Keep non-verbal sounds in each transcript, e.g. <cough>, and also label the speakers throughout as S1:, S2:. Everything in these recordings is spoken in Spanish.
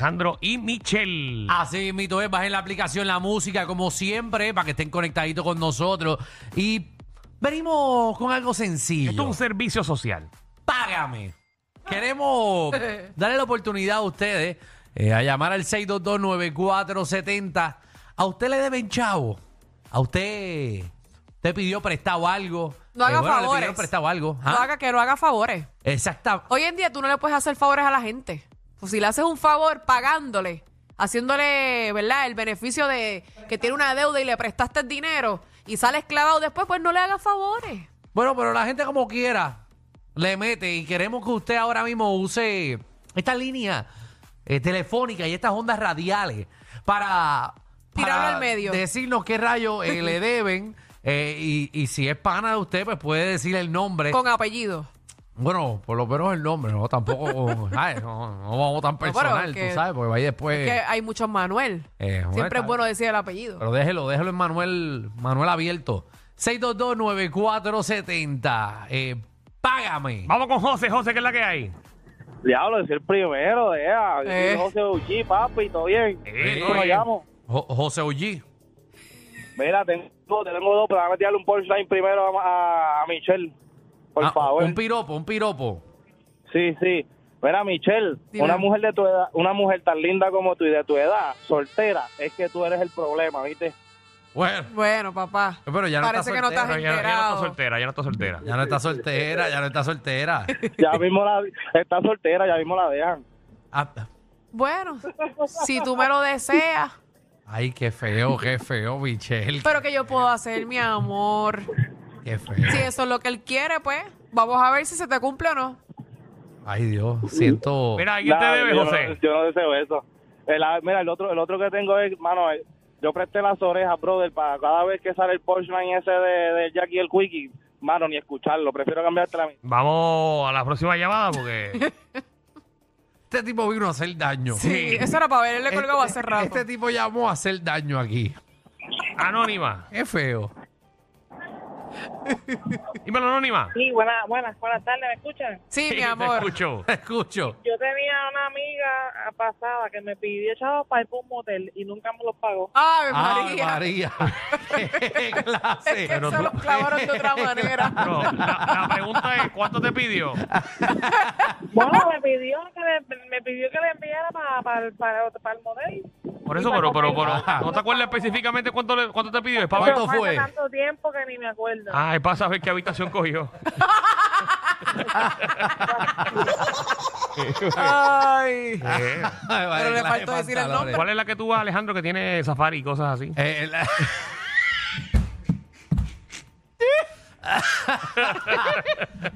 S1: Alejandro y Michelle.
S2: Así mismo es, bajen la aplicación, la música, como siempre, para que estén conectaditos con nosotros. Y venimos con algo
S1: Esto es
S2: sencillo.
S1: un servicio social.
S3: <laughs>
S2: Págame. Queremos darle la oportunidad a ustedes eh, a llamar al 622-9470. A usted le deben chavo. A usted te pidió prestado algo.
S3: No haga
S2: Eh, bueno, le
S3: favores.
S2: pidieron prestado algo.
S3: No
S2: Ah,
S3: haga que no haga favores.
S2: Exacta.
S3: Hoy en día tú no le puedes hacer favores a la gente. Pues si le haces un favor pagándole, haciéndole, ¿verdad? El beneficio de que tiene una deuda y le prestaste el dinero y sale esclavado después, pues no le hagas favores.
S2: Bueno, pero la gente como quiera le mete y queremos que usted ahora mismo use esta línea eh, telefónica y estas ondas radiales para, para
S3: Tirarlo al medio.
S2: decirnos qué rayos eh,
S3: <laughs>
S2: le deben eh, y, y si es pana de usted, pues puede decir el nombre.
S3: Con apellido.
S2: Bueno, por lo menos el nombre, no
S3: <laughs>
S2: tampoco, ay, no, no vamos tan
S3: pero
S2: personal,
S3: es que-
S2: tú sabes, porque ahí después...
S3: que hay muchos Manuel.
S2: eh, bueno, está-
S3: Siempre es bueno decir el apellido.
S2: pero déjelo, déjelo en Manuel, Manuel abierto. 622-9470. Eh, págame.
S1: Vamos con José, José, ¿qué es la que hay?
S4: Diablo, es el primero, deja. Yo
S3: Eh.
S4: soy José Uchi, papi, ¿todo bien?
S1: Eh,
S4: ¿Cómo
S2: eh.
S4: me llamo?
S2: Jo- José Ullí.
S4: Mira, tengo, tenemos dos, pero dame tirarle un punchline primero a, a- a Michelle, por
S2: Ah,
S4: favor.
S2: Un piropo, un piropo.
S4: Sí, sí. Mira, Michelle,
S3: Dime.
S4: una mujer de tu edad, una mujer tan linda como tú y de tu edad, soltera, es que tú eres el
S3: <laughs>
S4: problema, ¿viste?
S2: Bueno,
S3: Bueno, papá.
S2: Eh, pero ya no
S3: Parece
S2: está
S3: que no
S2: soltera,
S3: estás
S1: Pero ya, ya no está
S3: enterado.
S1: soltera, ya no está soltera.
S2: ya no
S4: <laughs>
S2: está soltera, ya no está soltera.
S4: Ya mismo la, está soltera, ya mismo la dejan.
S2: Ah,
S3: Bueno, si tú me lo deseas.
S2: Ay, qué feo, qué feo, Michelle.
S3: Pero que yo puedo hacer, mi amor.
S2: Qué feo.
S3: Si eso es lo que él quiere, pues vamos a ver si se te cumple o no.
S2: Ay, Dios, siento.
S1: Mira, ¿a quién te
S4: Nah,
S1: debe,
S4: yo,
S1: José?
S4: No, yo no deseo eso. El- ah, mira, el otro, el otro que tengo es, mano, eh, yo presté las orejas, brother, para cada vez que sale el punchline ese de, de Jackie y el Quickie, mano, ni escucharlo, prefiero cambiarte la
S1: Vamos a la próxima llamada
S3: <laughs>
S1: porque.
S2: Este tipo vino a hacer daño.
S3: Sí, eso era para verle colgado hace rato.
S2: Este tipo llamó a hacer daño aquí.
S1: Anónima.
S2: Qué feo. <laughs>
S1: Dímelo, Anónima.
S5: Sí, buenas, buenas, buenas tardes, ¿me escuchan?
S3: sí,
S1: <laughs>
S3: mi
S1: Te
S3: amor.
S1: escucho.
S2: Te escucho.
S5: Yo tenía una amiga pasada que me pidió chavos para ir por un motel y nunca me los
S4: <laughs>
S5: pagó.
S3: Ave
S2: Ay,
S3: María.
S2: Ah,
S3: <laughs>
S2: María. Qué clase.
S3: Es que se los clavaron
S2: <laughs>
S3: de otra manera.
S1: No, la, la pregunta es: ¿cuánto te pidió?
S5: Bueno, me pidió que le, me pidió que le enviara para, para, para, para el motel.
S1: Por eso,
S5: Y me
S1: pero, pero, pero,
S5: acompañó.
S1: ¿no te acuerdas específicamente cuánto, le- cuánto te pidió? Es para ver.
S2: ¿Cuánto
S5: Hace
S2: fue?
S5: tanto tiempo que ni me acuerdo.
S1: Ah, es para saber qué habitación cogió.
S3: <laughs>
S2: <laughs>
S3: Ay.
S1: Eh,
S2: Pero
S3: le faltó decir el nombre.
S1: ¿Cuál es la que tú vas, Alejandro, que tiene safari y cosas así?
S2: Eh, la-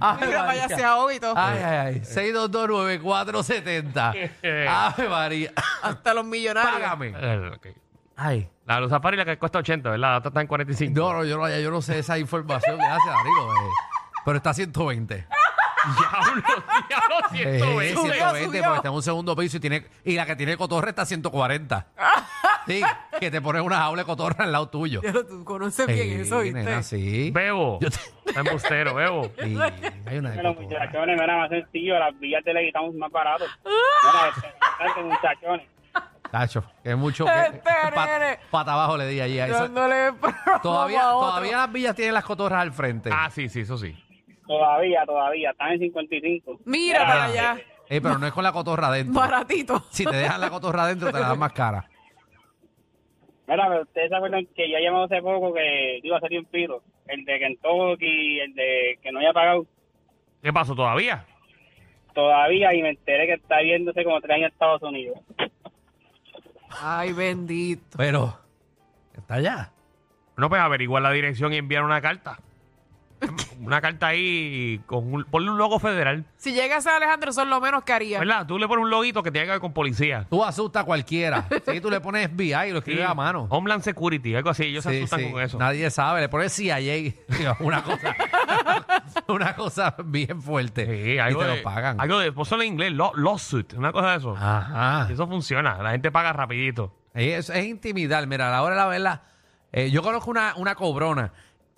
S2: Ay,
S3: Mira, vaya,
S2: María.
S3: se ahoga y todo.
S2: Ay, ay, ay. 6229470.
S3: <laughs>
S2: Ave María.
S3: Hasta los millonarios.
S2: Págame.
S1: Eh, ok.
S2: Ay.
S1: La de los safari la que cuesta 80, ¿verdad? La otra está en 45.
S2: No, no, yo no, yo no sé esa información. Gracias, Danilo. eh. Pero está a 120.
S1: Diablo, <laughs> diablo,
S2: Eh,
S1: 120.
S2: 120
S3: subió.
S2: porque está en un segundo piso y tiene y la que tiene cotorra está a
S3: <laughs>
S2: 140. Sí, que te pones una jaula de cotorra al lado tuyo.
S3: Ya lo- tú conoces bien
S2: Eh,
S3: eso, ¿viste?
S2: nena, sí.
S1: Bebo.
S2: Yo
S1: Está embustero, Bebo.
S2: <laughs> Sí, hay una de
S4: Bueno,
S2: cotorra.
S4: muchachones, mira, más sencillo, las villas te le quitamos más
S5: <laughs>
S4: barato. Mira, muchachones.
S2: Tacho, que mucho.
S3: Este
S2: para
S3: nene.
S2: abajo le di allí a eso.
S3: Dándole <laughs> promo
S2: Todavía,
S3: a otro.
S2: todavía las villas tienen las cotorras al frente.
S1: Ah, sí, sí, eso sí.
S4: Todavía, todavía, están en 55.
S3: Mira para allá.
S2: Eh, pero no es con la cotorra adentro.
S3: Baratito.
S2: Si te dejan la cotorra adentro, te la dan más cara.
S4: Mira, pero ustedes se acuerdan que yo llamé Eh, hace poco que iba a salir un piro. el de Kentucky, el de que no había pagado
S1: ¿Qué pasó todavía?
S4: todavía y me enteré que está viéndose como tres años en Estados Unidos.
S3: Ay, bendito.
S2: Pero, está allá.
S1: No, pues averiguar la dirección y enviar una carta. Una carta ahí con un, ponle un logo federal.
S3: Si llegase Alejandro, son lo menos que haría.
S1: ¿Verdad? Tú le pones un loguito que tenga que ver con policía.
S2: Tú asustas a cualquiera. Si tú le pones FBI y lo escribes a mano.
S1: Homeland Security, algo así. Oh, Ellos se
S2: Sí,
S1: asustan
S2: sí.
S1: con eso.
S2: Nadie sabe, le pones CIA. <laughs> Una cosa, una cosa bien fuerte.
S1: Sí,
S2: y
S1: algo
S2: te
S1: de,
S2: lo pagan. Ah.
S1: Algo de, pues solo en inglés, law- lawsuit, una cosa de eso.
S2: Ajá.
S1: Eso funciona, la gente paga rapidito.
S2: Es, es intimidar. Mira, a la hora de la verdad, eh, yo conozco una, una cobrona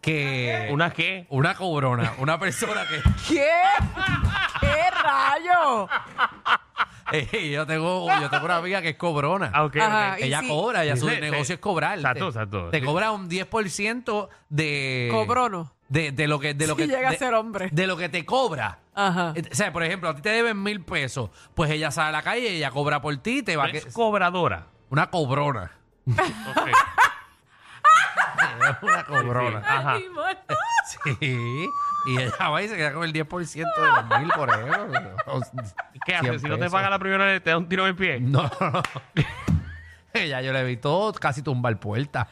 S2: que...
S1: ¿Una qué?
S2: Una cobrona, una persona que... <laughs>
S3: ¿Qué? ¿Qué rayo?
S2: Ey, eh, yo, tengo, yo tengo una amiga que es cobrona.
S1: Ah, ok,
S3: Ajá,
S1: ok.
S3: y
S2: Ella
S3: si-
S2: cobra, ya su
S1: Sí, sí.
S2: negocio es cobrar.
S1: Exacto,
S2: Te-
S1: exacto.
S2: Te cobra un 10% de...
S3: Cobrono.
S2: De, de lo que... De lo
S3: Si
S2: que
S3: llega a
S2: de-
S3: ser hombre.
S2: De lo que te cobra. Eh,
S3: Ajá.
S2: O sea, por ejemplo, a ti te deben mil pesos. Pues ella sale a la calle, ella cobra por ti, te va a...
S1: Es
S2: que-
S1: cobradora.
S2: Una
S3: <laughs>
S2: cobrona.
S1: Ok.
S2: Una cobrona.
S1: Ajá.
S2: Sí. Y ella va y se queda con el 10% de los mil por ejemplo.
S1: ¿Qué haces?
S2: 100
S1: Si no te
S2: pesos.
S1: paga la primera vez, te da un tiro en el pie.
S2: No, no, <laughs> no. Ella yo la he visto casi tumbar
S1: <laughs>
S2: puertas.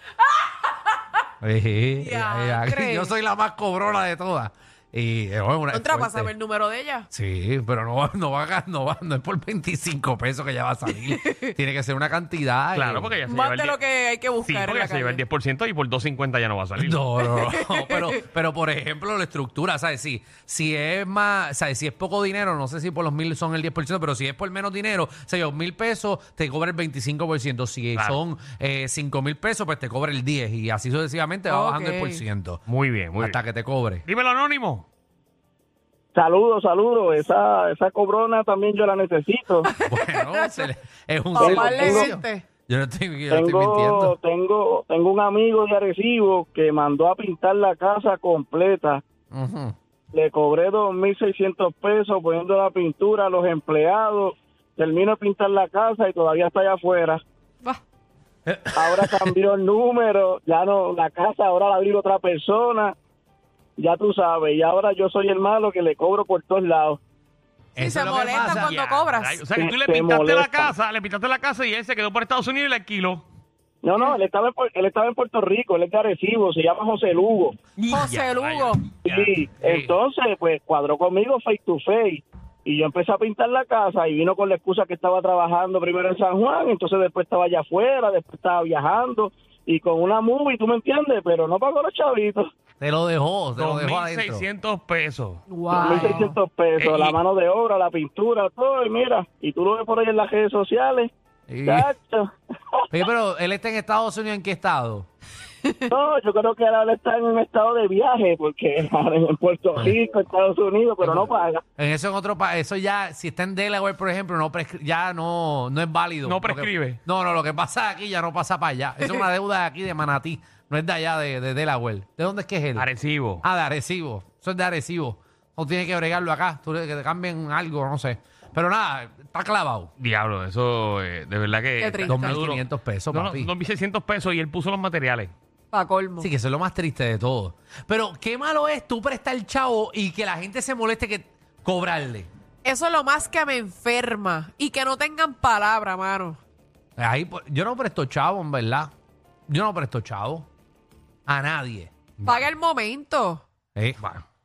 S2: Sí, ella- <laughs> ella-
S3: Diantre.
S2: yo soy la más cobrona de todas. Y eh, bueno, una es
S3: Contra para
S2: fuerte.
S3: saber el número de ella.
S2: Sí, pero no, va- no va a gan- no va, no es por 25 pesos que ella va
S1: <laughs>
S2: a salir. Tiene que ser una cantidad. eh.
S1: Claro, porque ya se lleva
S3: Más
S1: el
S3: de lo
S1: 10.
S3: que hay que
S1: Sí,
S3: buscar. en
S1: porque
S3: la
S1: ya se lleva el
S3: calle.
S1: 10% y por 2.50 ya no va a salir.
S2: No, no, no, pero, pero por ejemplo, la estructura, ¿sabes? Si, si es más, ¿sabes? Si es poco dinero, no sé si por los mil son el 10%, pero si es por menos dinero, o sea, los mil pesos te cobra el 25%. Si
S1: Claro.
S2: son eh, cinco mil pesos, pues te cobra el 10 y así sucesivamente va bajando el
S3: Ok.
S2: por ciento.
S1: Muy bien, muy
S2: Hasta
S1: bien.
S2: que
S1: <laughs>
S2: te cobre.
S1: Dímelo, Anónimo.
S4: Saludos, saludos. Esa, esa cobrona también yo
S2: <laughs>
S4: la necesito.
S2: Bueno, se le- es un
S3: Papá
S2: servicio.
S3: Levente.
S2: Yo no estoy, yo no estoy
S4: tengo,
S2: mintiendo.
S4: tengo, tengo un amigo de Arecibo que mandó a pintar la casa completa.
S2: Ujú.
S4: Le cobré 2.600 pesos poniendo la pintura a los empleados. Termino de pintar la casa y todavía está allá afuera.
S3: Va.
S2: <laughs>
S4: Ahora cambió el número, ya no, la casa ahora la vive otra persona. Ya tú sabes, y ahora yo soy el malo que le cobro por todos lados.
S3: Sí,
S2: Eso
S3: se
S2: es lo que
S3: molestan
S2: pasa.
S3: cuando
S1: Ya,
S3: cobras.
S1: rayos. O sea, que tú le
S4: Te
S1: pintaste la
S4: molesta.
S1: casa, le pintaste la casa y él se quedó por Estados Unidos y la alquiló.
S4: No, no, él estaba en, Pu- él estaba en Puerto Rico, él es de Arecibo, se llama José Lugo.
S3: José
S1: Ya,
S3: Lugo.
S1: rayos. Ya. Eh,
S4: Sí, entonces pues cuadró conmigo face to face y yo empecé a pintar la casa y vino con la excusa que estaba trabajando primero en San Juan, entonces después estaba allá afuera, después estaba viajando y con una movie, tú me entiendes, pero no pagó los chavitos,
S2: Te lo dejó, te lo dejó adentro.
S1: 2.600 pesos.
S3: Wow.
S4: 1.600 pesos,
S1: Eh, y-
S4: la mano de obra, la pintura, todo y mira, y tú lo ves por ahí en las redes sociales,
S2: Y-
S4: chacho.
S2: Oye, pero él está en Estados Unidos, ¿en qué estado?
S4: <laughs> No, yo creo que ahora está en un estado de viaje porque en Puerto Rico, Estados Unidos, pero no paga.
S2: En eso en otro país, eso ya, si está en Delaware, por ejemplo, no prescri- ya no, no es válido.
S1: No
S2: Lo que-
S1: prescribe.
S2: no, no, lo que pasa aquí ya no pasa para allá. Eso
S1: <laughs>
S2: es una deuda de aquí de Manatí, no es de allá de, de Delaware. ¿De dónde es que es él?
S1: Arecibo.
S2: Ah, de Arecibo. Eso es de Arecibo. No tiene que bregarlo acá, tú le- que te cambien algo, no sé. Pero nada, está clavado.
S1: Diablo, eso eh, de verdad que.
S3: Qué
S1: está-
S3: triste.
S1: está duro.
S2: 2.500 pesos,
S1: No, no,
S2: papi.
S1: 2.600 pesos y él puso los materiales.
S3: Pa' colmo.
S2: Sí, que eso es lo más triste de todo. Pero qué malo es tú prestar el chavo y que la gente se moleste que cobrarle.
S3: Eso es lo más que me enferma. Y que no tengan palabra, mano.
S2: Ahí, pues, yo no presto chavo, en verdad. Yo no presto chavo. A nadie.
S3: Paga el momento.
S2: ¿eh?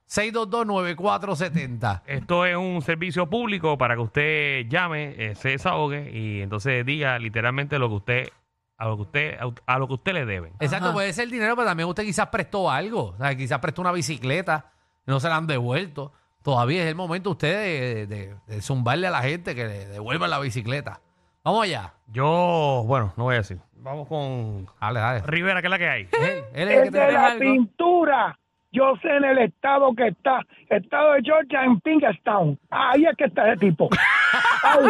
S2: 6229470.
S1: Esto es un servicio público para que usted llame, eh, se desahogue y entonces diga literalmente lo que usted a lo que usted a lo que usted le deben.
S2: Exacto,
S3: Ajá.
S2: puede ser dinero, pero también usted quizás prestó algo. O sea, quizás prestó una bicicleta, no se la han devuelto. Todavía es el momento usted de, de- de zumbarle a la gente que le devuelvan la bicicleta. Vamos allá.
S1: Yo, bueno, no voy a decir. Vamos con
S2: Dale, dale.
S1: Rivera, que es la que hay.
S2: Él, él es el que
S6: es
S2: te-
S6: de la
S3: algo.
S6: pintura. Yo sé en el estado que está, estado de Georgia en Pinkerstown. Ahí es que está ese tipo. Ahí.